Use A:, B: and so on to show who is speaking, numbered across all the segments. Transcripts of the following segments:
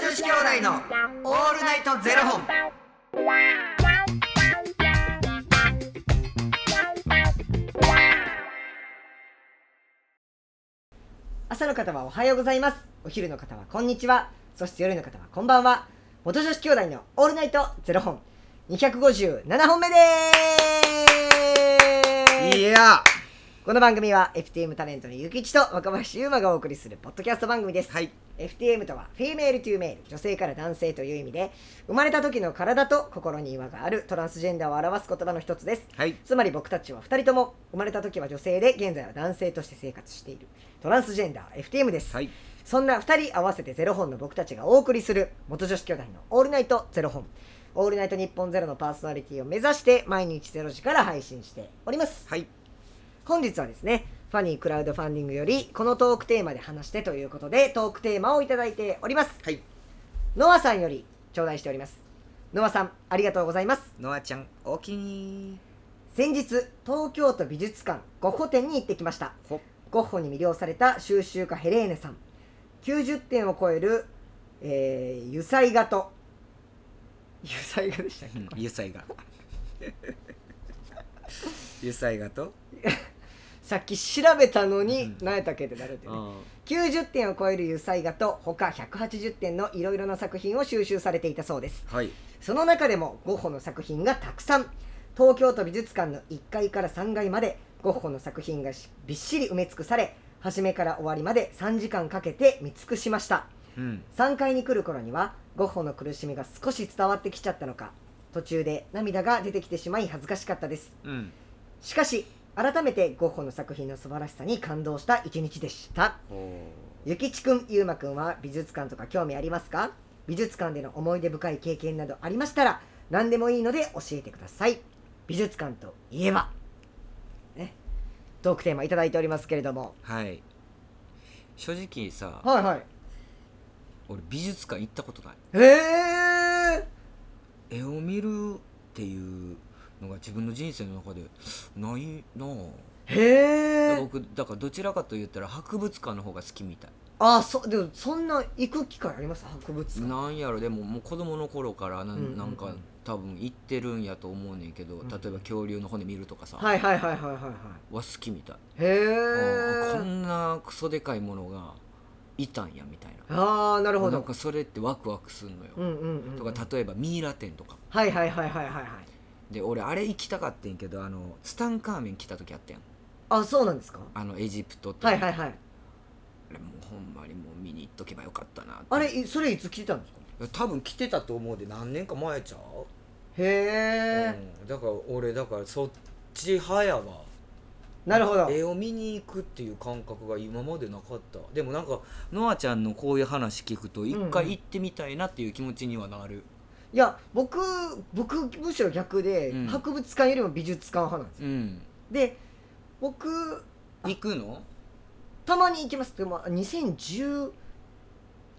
A: 子兄弟のオールナイトゼロ本。
B: 朝の方はおはようございますお昼の方はこんにちはそして夜の方はこんばんは元女子兄弟のオールナイトゼロ本257本目でーす
A: いや
B: この番組は FTM タレントのゆきちと若林優馬がお送りするポッドキャスト番組です、
A: はい。
B: FTM とはフィメールトゥーメール女性から男性という意味で生まれた時の体と心に違和があるトランスジェンダーを表す言葉の一つです
A: はい。
B: つまり僕たちは2人とも生まれた時は女性で現在は男性として生活しているトランスジェンダー FTM です、
A: はい。
B: そんな2人合わせてゼロ本の僕たちがお送りする元女子兄弟の「オールナイトゼロ本」「オールナイト日本ゼロのパーソナリティを目指して毎日ゼロ時から配信しております
A: はい。
B: 本日はですねファニークラウドファンディングよりこのトークテーマで話してということでトークテーマをいただいております
A: はい。
B: ノアさんより頂戴しておりますノアさんありがとうございます
A: ノアちゃん、おおきに。
B: 先日東京都美術館ゴッホ展に行ってきました
A: ほ。
B: ゴッホに魅了された収集家ヘレーネさん90点を超える、えー、油彩画 と油彩画でしたっけこれ
A: 油彩 画。油彩画と。
B: さっき調べたのに
A: うん
B: 何やったっけってなるってね
A: うん
B: 90点を超える油彩画と他180点のいろいろな作品を収集されていたそうです
A: はい。
B: その中でもゴッホの作品がたくさん東京都美術館の1階から3階までゴッホの作品がしびっしり埋め尽くされ初めから終わりまで3時間かけて見尽くしました
A: うん。
B: 3階に来る頃にはゴッホの苦しみが少し伝わってきちゃったのか途中で涙が出てきてしまい恥ずかしかったです
A: うん。
B: しかし改めてゴッホの作品の素晴らしさに感動した一日でした
A: お
B: ゆきちくん、ゆうまくんは美術館とか興味ありますか美術館での思い出深い経験などありましたら何でもいいので教えてください美術館といえば、ね、トークテーマいただいておりますけれども
A: はい。正直さ、
B: はいはい
A: 俺美術館行ったことない。
B: へえ
A: 絵を見るっていうのが自分の人生の中でないなあ
B: へえ
A: 僕だからどちらかと言ったら博物館の方が好きみたい
B: あそでもそんな行く機会あります博物館
A: なんやろでももう子供の頃からな,、
B: うんうんうん
A: ん、なんか多分行ってるんやと思うねんけど
B: ん
A: 例えば恐竜の骨見るとかさ、
B: はいはいはいはいはいは
A: は好きみたい、
B: いへ
A: ああこ
B: え
A: んなクソでかいものがいたんやみたいな
B: ああなるほ
A: なん
B: ど
A: かそれってワクワクすんのよ、
B: うんうんうん
A: とか例えばミイラ展とか
B: はいはいはいはいはいはい
A: で俺あれ行きたかってんけどあのツタンカーメン来た時あったやん
B: あそうなんですか
A: あのエジプトって、
B: はいはいはい
A: あれもうほんまにもう見に行っとけばよかったなって
B: あれいそれいつ聞いたんですか
A: 多分来てたと思うで何年か前ちゃう、
B: へえ、
A: うんだから俺だからそっち派やわ
B: なるほど
A: 絵を見に行くっていう感覚が今までなかったでもなんかノアちゃんのこういう話聞くと一回行ってみたいなっていう気持ちにはなる
B: いや僕僕むしろ逆で、
A: うん
B: 博物館よりも美術館派なんですよ
A: うん、
B: で僕
A: 行くの
B: たまに行きますでも2010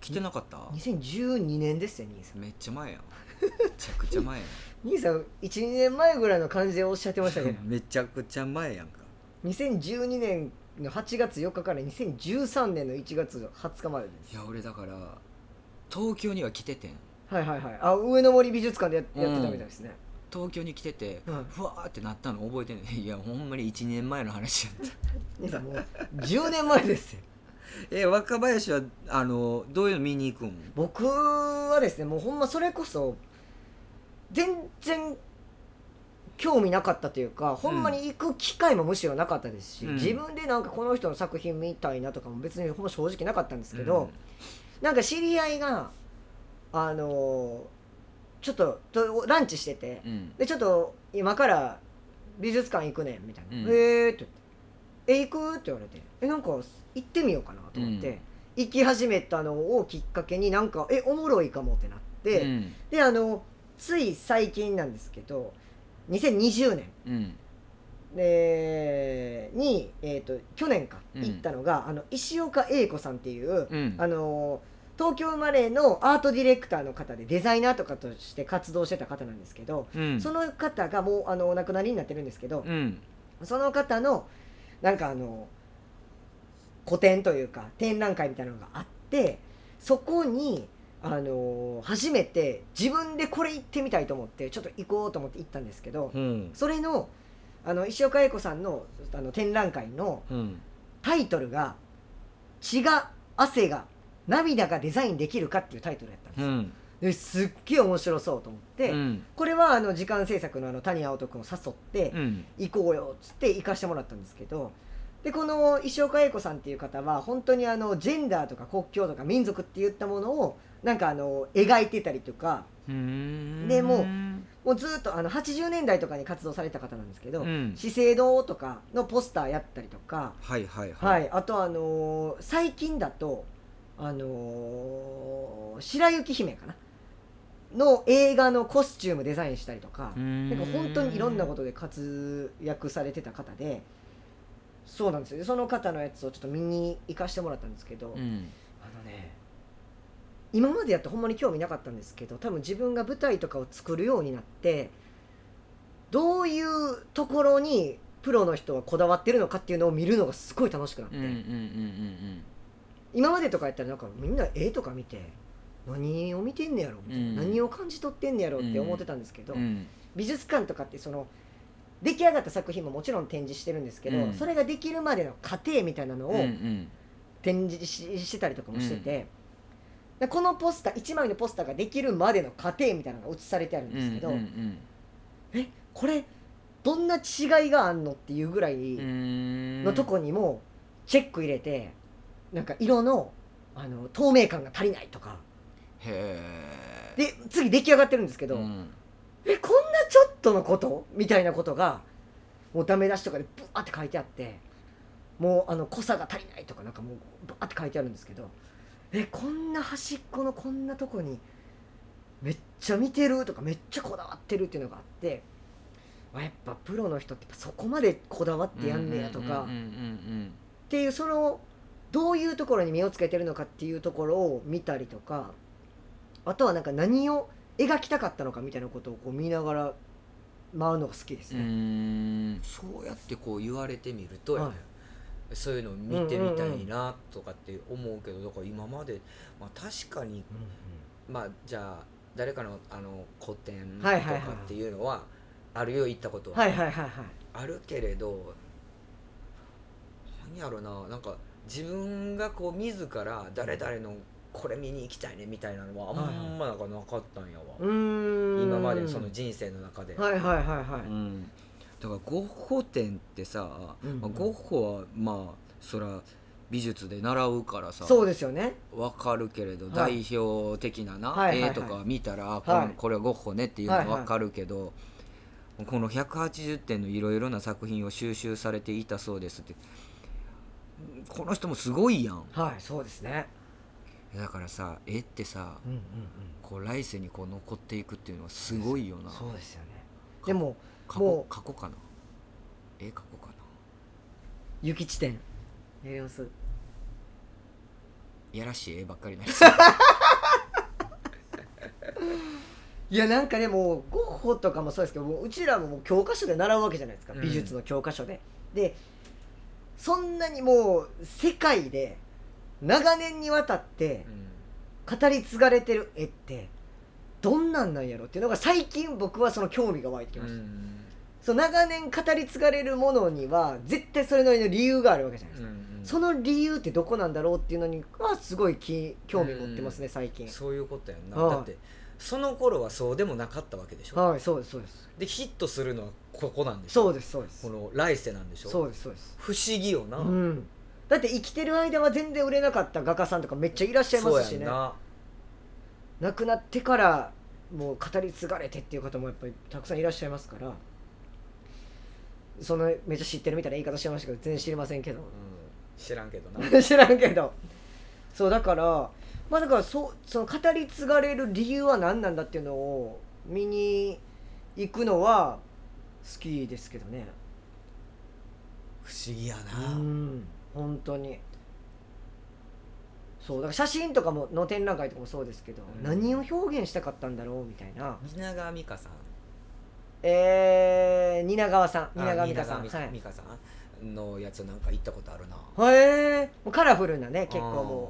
A: 来てなかった
B: 2012年ですよ兄さん
A: めっちゃ前やん めちゃくちゃ前や
B: 兄さん12年前ぐらいの感じでおっしゃってましたけど
A: ん めちゃくちゃ前やんか
B: 2012年の8月4日から2013年の1月20日までです
A: いや俺だから東京には来ててん
B: はいはいはいあ上野森美術館でや
A: う
B: や
A: ん
B: ってたみたいですね、
A: 東京に来てて、
B: はい
A: ふわーってなったの 覚えてんねんいやほんまに1年前の話やった
B: 兄さんもう10年前ですよ
A: え若林はあのどういうの見に行くん
B: 僕はですねもうほんまそれこそ全然興味なかったというかほんまに行く機会もむしろなかったですし、
A: うん
B: 自分でなんかこの人の作品見たいなとかも別にほんま正直なかったんですけど、なんか知り合いがあのーちょっととランチしてて、
A: うん、うん
B: でちょっと今から美術館行くねんみたいな「
A: うん
B: えー」って言って「え行く?」って言われて「えなんか行ってみようかな」と思って、
A: うん
B: 行き始めたのをきっかけになんか「えおもろいかも」ってなって、
A: うん
B: であのつい最近なんですけど2020年
A: うん
B: でに、えー、と去年か
A: うん
B: 行ったのが、あの石岡英子さんっていう、
A: うん
B: あの東京生まれのアートディレクターの方でデザイナーとかとして活動してた方なんですけど、
A: うん
B: その方がもうあのお亡くなりになってるんですけど、
A: うん
B: その方のなんかあの個展というか展覧会みたいなのがあってそこにあのー初めて自分でこれ行ってみたいと思ってちょっと行こうと思って行ったんですけど
A: うん
B: それのあの石岡英子さんのあの展覧会の
A: うん
B: タイトルが「血が汗が涙がデザインできるか」っていうタイトルやったんで
A: う
B: すよ
A: ん
B: ですっげえ面白そうと思って、
A: うん
B: これはあの時間制作のあの谷青人君を誘って、
A: うん
B: 行こうよっつって行かしてもらったんですけどでこの石岡英子さんっていう方は本当にあのジェンダーとか国境とか民族って言ったものをなんかあの描いてたりとか
A: うん
B: でももうずっとあの80年代とかに活動された方なんですけど、
A: うん
B: 資生堂とかのポスターやったりとか、
A: はいはい
B: はい
A: い
B: あとあのー最近だと、あのー白雪姫かなの映画のコスチュームデザインしたりとか。
A: な
B: なんか本当にいろんなことで活躍されてた方でそうなんですよでその方のやつをちょっと見に行かしてもらったんですけど、
A: う
B: あ
A: ん
B: のね今までやってほんまに興味なかったんですけど多分自分が舞台とかを作るようになってどういうところにプロの人はこだわってるのかっていうのを見るのがすごい楽しくなって、
A: うんうんうんうん
B: 今までとかやったらなんかみんな絵とか見て何を見てんねやろみたいな、
A: うん
B: 何を感じ取ってんねやろって思ってたんですけど、
A: うんうん
B: 美術館とかってその出来上がった作品ももちろん展示してるんですけど、
A: うん
B: それができるまでの過程みたいなの
A: うんう
B: を
A: ん
B: 展示し,、してたりとかもしてて、でこのポスター1枚のポスターができるまでの過程みたいなのが写されてあるんですけど、
A: うんうん
B: えこれどんな違いがあんのっていうぐらい
A: うんうん
B: のとこにもチェック入れてなんか色のあの透明感が足りないとか
A: へえ
B: で次出来上がってるんですけど、
A: うん
B: えこんなちょっとのことみたいなことがもうダメ出しとかでブワーって書いてあってもうあの濃さが足りないとかなんかもうバーって書いてあるんですけどえこんな端っこのこんなとこにめっちゃ見てるとかめっちゃこだわってるっていうのがあってあやっぱプロの人ってやっぱそこまでこだわってやんねやとか
A: うんうんうん
B: っていうそのどういうところに目をつけてるのかっていうところを見たりとかあとはなんか何を描きたかったのかみたいなことをこう見ながら回るのが好きです
A: うんう
B: ね。
A: んそうやってこう言われてみるとやね
B: はい
A: そういうの見てみたいなとかって思うけどだから今までまあ確かにまあじゃあ誰かのあの古典と
B: は
A: か
B: いはいはい
A: っていうのはあるよ行ったことは
B: はいはいはいはい。
A: あるけれど何やろななんか自分がこう自ら誰々のこれ見に行きたいねみたいなのはあんまなんかなかったんやわ、
B: うーん
A: 今までその人生の中で、
B: はいはいはいはい。
A: うんだからゴッホ展ってさ、
B: うんうん
A: まあ、ゴッホはまあそら美術で習うからさ
B: そうですよね。
A: わかるけれど、
B: はい
A: 代表的なな、
B: はいはいはい
A: 絵とか見たら、あこ
B: はい
A: のこれはゴッホねっていうのはわかるけど、この180点のいろいろな作品を収集されていたそうですってこの人もすごいやん
B: はいそうですね。
A: だからさ絵ってさ
B: うんうんうん。
A: こう来世にこう残っていくっていうのはすごいよな
B: そうですよね。でも
A: 過
B: も
A: 去
B: う
A: 過去かな絵過去かな
B: 雪地点やります。
A: いやらしい絵ばっかりになりそう
B: いやなんかでもゴッホとかもそうですけどもううちらももう教科書で習うわけじゃないですか、
A: うん
B: 美術の教科書で。でそんなにもう世界で長年にわたって語り継がれてる絵ってどんなんなんやろっていうのが最近僕はその興味が湧いてき
A: う
B: ました、
A: ん
B: その長年語り継がれるものには絶対それなりの理由があるわけじゃないですか、
A: うん
B: その理由ってどこなんだろうっていうのにはすごいき興味持ってますね最近、
A: そういうことやんな
B: はい
A: だってその頃はそうでもなかったわけでしょ
B: はいそうですそうです
A: でヒットするのはここなんでしょ
B: そうですそうです
A: この来世なんでしょ
B: そうですそうです
A: 不思議よな、
B: うん、だって生きてる間は全然売れなかった画家さんとかめっちゃいらっしゃいますし
A: そう
B: ね
A: やんな
B: 亡くなってからもう語り継がれてっていう方もやっぱりたくさんいらっしゃいますからそのめっちゃ知ってるみたいな言い方してましたけど全然知りませんけ
A: う
B: ど
A: ん知らんけどな
B: 知らんけどそうだからまあだからそうその語り継がれる理由は何なんだっていうのを見に行くのは好きですけどね
A: 不思議や
B: う
A: な、
B: ん本当にそうだから写真とかもの展覧会とかもそうですけど、
A: うん
B: 何を表現したかったんだろうみたいな
A: 蜷川美香さん
B: えー、蜷川さん蜷
A: 蜷
B: 川
A: 川
B: 美
A: 美
B: 香
A: 香
B: さん
A: さん
B: はい
A: 美香さんのやつなんか行ったことあるな
B: へえもうカラフルなね結構も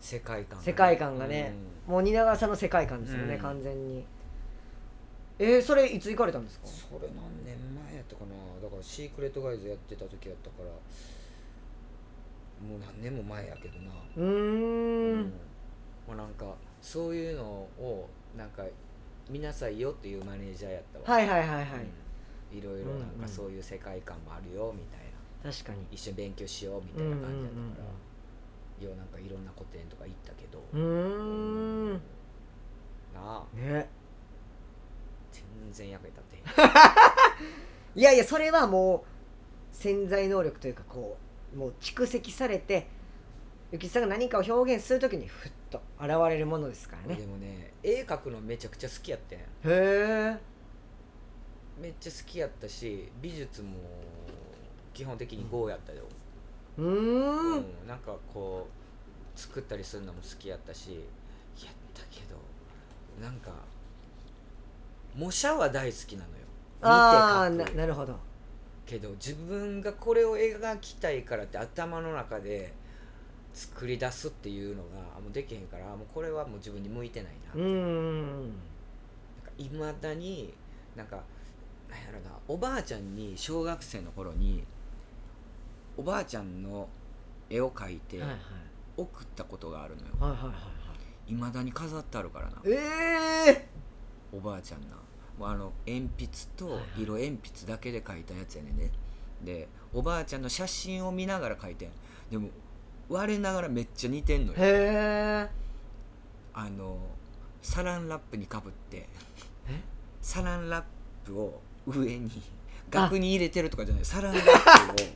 A: う世界観がね
B: 世界観がねもう蜷川さんの世界観ですよね、
A: うん
B: 完全にえー、それいつ行かれたんですか
A: うんそれ何年前やったかなだからシークレットガイズやってた時やったからもう何年も前やけどな
B: うーん
A: もうなんかそういうのをなんか見なさいよっていうマネージャーやったわ
B: はいはいはいはい、
A: うんいろいろなん
B: うんうん
A: かそういう世界観もあるよみたいな
B: 確かに
A: 一緒に勉強しようみたいな感じやったからようなんかいろんな古典とか行ったけど
B: うんうんうんうーん
A: なあ
B: ね
A: 全然役に立って
B: いやいやそれはもう潜在能力というかこうもう蓄積されてゆきさんが何かを表現するときにふっと現れるものですから ね
A: へんでもね絵描くのめちゃくちゃ好きやってん
B: へえ
A: めっちゃ好きやったし美術も基本的に GO やったよ、
B: うーん
A: うんなんかこう作ったりするのも好きやったしやったけどなんか模写は大好きなの
B: ああ
A: よ見
B: な
A: て描く
B: なるほど
A: けど自分がこれを描きたいからって頭の中で作り出すっていうのがもうできへんからもうこれはもう自分に向いてないな
B: うーん
A: いまだになんかなんやろなおばあちゃんに小学生の頃におばあちゃんの絵を描いて
B: はいはい
A: 送ったことがあるのよ
B: はいはいはいはい
A: まだに飾ってあるからない
B: はいえ
A: おばあちゃんなもうあの鉛筆と色鉛筆だけで描いたやつやねんねでおばあちゃんの写真を見ながら描いてんでも我ながらめっちゃ似てんの
B: え
A: よ
B: へえ
A: あのサランラップにかぶって
B: え
A: サランラップを上に額に入れてるとかじゃないサランラップを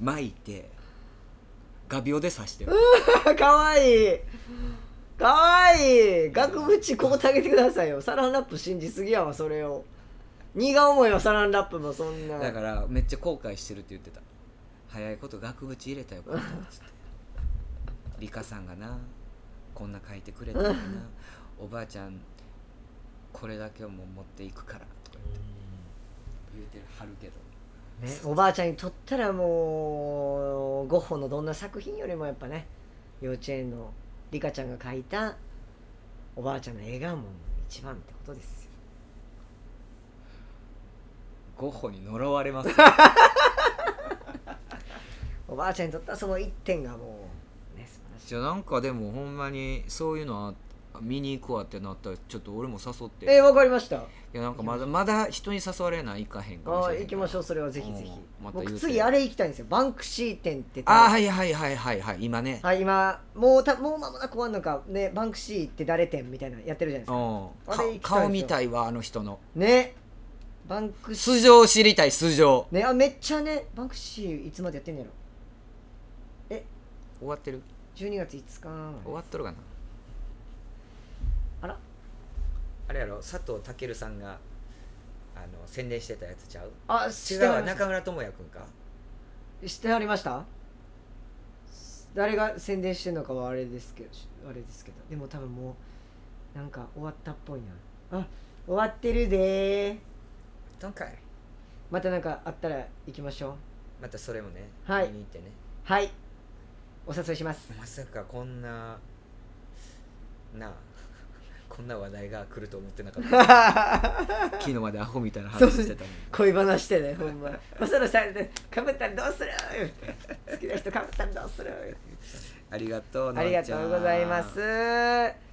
A: 巻いて画鋲で刺してる
B: かわいいかわいい額縁こうてあげてくださいよサランラップ信じすぎやわそれを荷が重いわサランラップもそんな
A: だからめっちゃ後悔してるって言ってた早いこと額縁入れたよかったっつって理香さんがなこんな書いてくれたのになおばあちゃんこれだけをもう持っていくからとか言って言うてるはるけど
B: ね、おばあちゃんにとったらもうゴッホのどんな作品よりもやっぱね幼稚園のリカちゃんが描いたおばあちゃんの絵がもう一番ってことですよ
A: ゴッホに呪われます
B: おばあちゃんにとったらその一点がもうね素晴らしい
A: じゃあなんかでもほんまにそういうのあ見に行くわってなったらちょっと俺も誘って
B: えー、わかりました
A: いやなんかまだまだ人に誘われないかへんかも
B: あ
A: しれ
B: ー
A: へん
B: 行きましょう
A: う
B: それはぜひぜひ
A: うんまた言うて
B: 僕次あれ行きたいんですよバンクシー展って
A: ああはいはいはいはいはい今ね、
B: はい今もうたもう間もなく終わるのかねバンクシーって誰展みたいなのやってるじゃないですか
A: うん
B: あ
A: か
B: れ行きたいですよ
A: 顔見たいわあの人の
B: ねバンクシー
A: 素性を知りたい素性
B: ねあめっちゃねバンクシーいつまでやってんのやろ
A: 終わってる
B: 12月5日まで
A: 終わっとるかな
B: あら
A: あれやろ佐藤健さんがあの宣伝してたやつちゃう
B: あ
A: 違
B: 知
A: う
B: ら
A: わ
B: な
A: 中村智也くんか
B: してありました誰が宣伝してるのかはあれですけどあれですけどでも多分もうなんか終わったっぽいなあ終わってるでー
A: どんかい
B: またなんかあったら行きましょう
A: またそれもね、
B: はい
A: 見に行ってね
B: はいお誘いします
A: まさかこんななあこんな話題が来ると思ってなかった 昨日までアホみたいな話してたのに
B: 恋話してねほん まおそろされてかぶったらどうする 好きな人かぶったらどうする
A: ありがとう
B: ありがとうございま
A: なおち
B: す。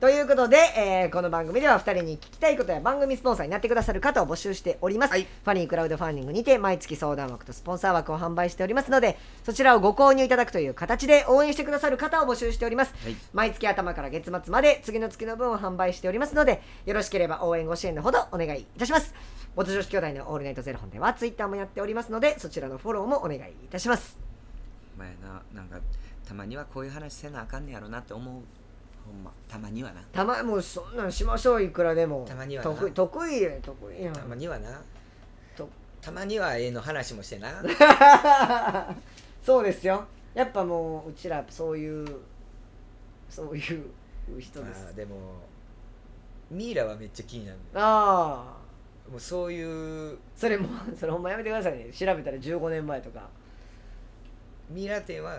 B: ということで、えーこの番組では2人に聞きたいことや番組スポンサーになってくださる方を募集しております、ファニークラウドファンディングにて毎月相談枠とスポンサー枠を販売しておりますのでそちらをご購入いただくという形で応援してくださる方を募集しております、
A: はい
B: 毎月頭から月末まで次の月の分を販売しておりますのでよろしければ応援ご支援のほどお願いいたします元女子兄弟のオールナイトゼロ本ではツイッターもやっておりますのでそちらのフォローもお願いいたします
A: ゃん前ななんかたまにはこういう話せなあかんねやろなって思うほんまたまにはな
B: たまもうそんなんしましょういくらでも
A: たまにはな
B: 得意得意や得意やん
A: たまにはな
B: と
A: たまにはええの話もして な
B: そうですよやっぱもううちらそういうそういう人で
A: まあ
B: す
A: でもミイラはめっちゃ気になる
B: ああ
A: もうそういう
B: それもうそれほんまやめてくださいね調べたら15年前とか
A: ミイラ展は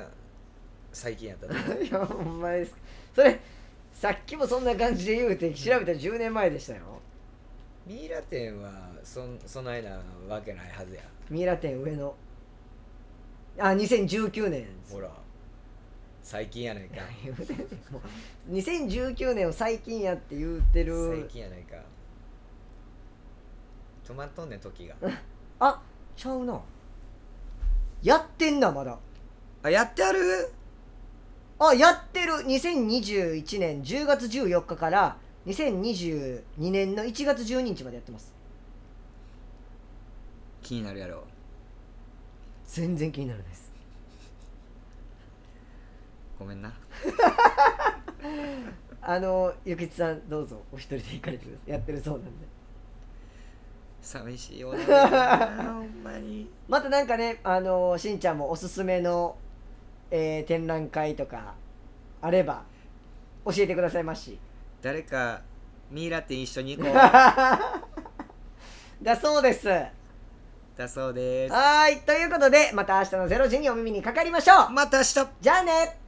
A: 最近やったら
B: いやほんまですそれさっきもそんな感じで言うて調べたら10年前でしたよ
A: ミイラ店はそんそないなわけないはずや
B: ミイラ店上野あ2019年です
A: ほら最近やないか
B: 言うてんねんもう2019年を最近やって言うて
A: 最
B: る
A: 近やないか止まっとんねん時が
B: あちゃうなやってんなまだ
A: あやってある
B: あやってる2021年10月14日から2022年の1月12日までやってます
A: 気になるやろ
B: 全然気になるです
A: ごめんな
B: あのゆきつさんどうぞお一人で行かれてくださいやってるそうなんで
A: 寂しいお鍋だなほんまに
B: またなんかねあのしんちゃんもおすすめの、えー展覧会とかあれば教えてくださいまし
A: 誰かミイラ店一緒に行こう
B: だそうですは
A: だそうです
B: ーいということでまた明日の0時にお耳にかかりましょう
A: また明日
B: じゃあね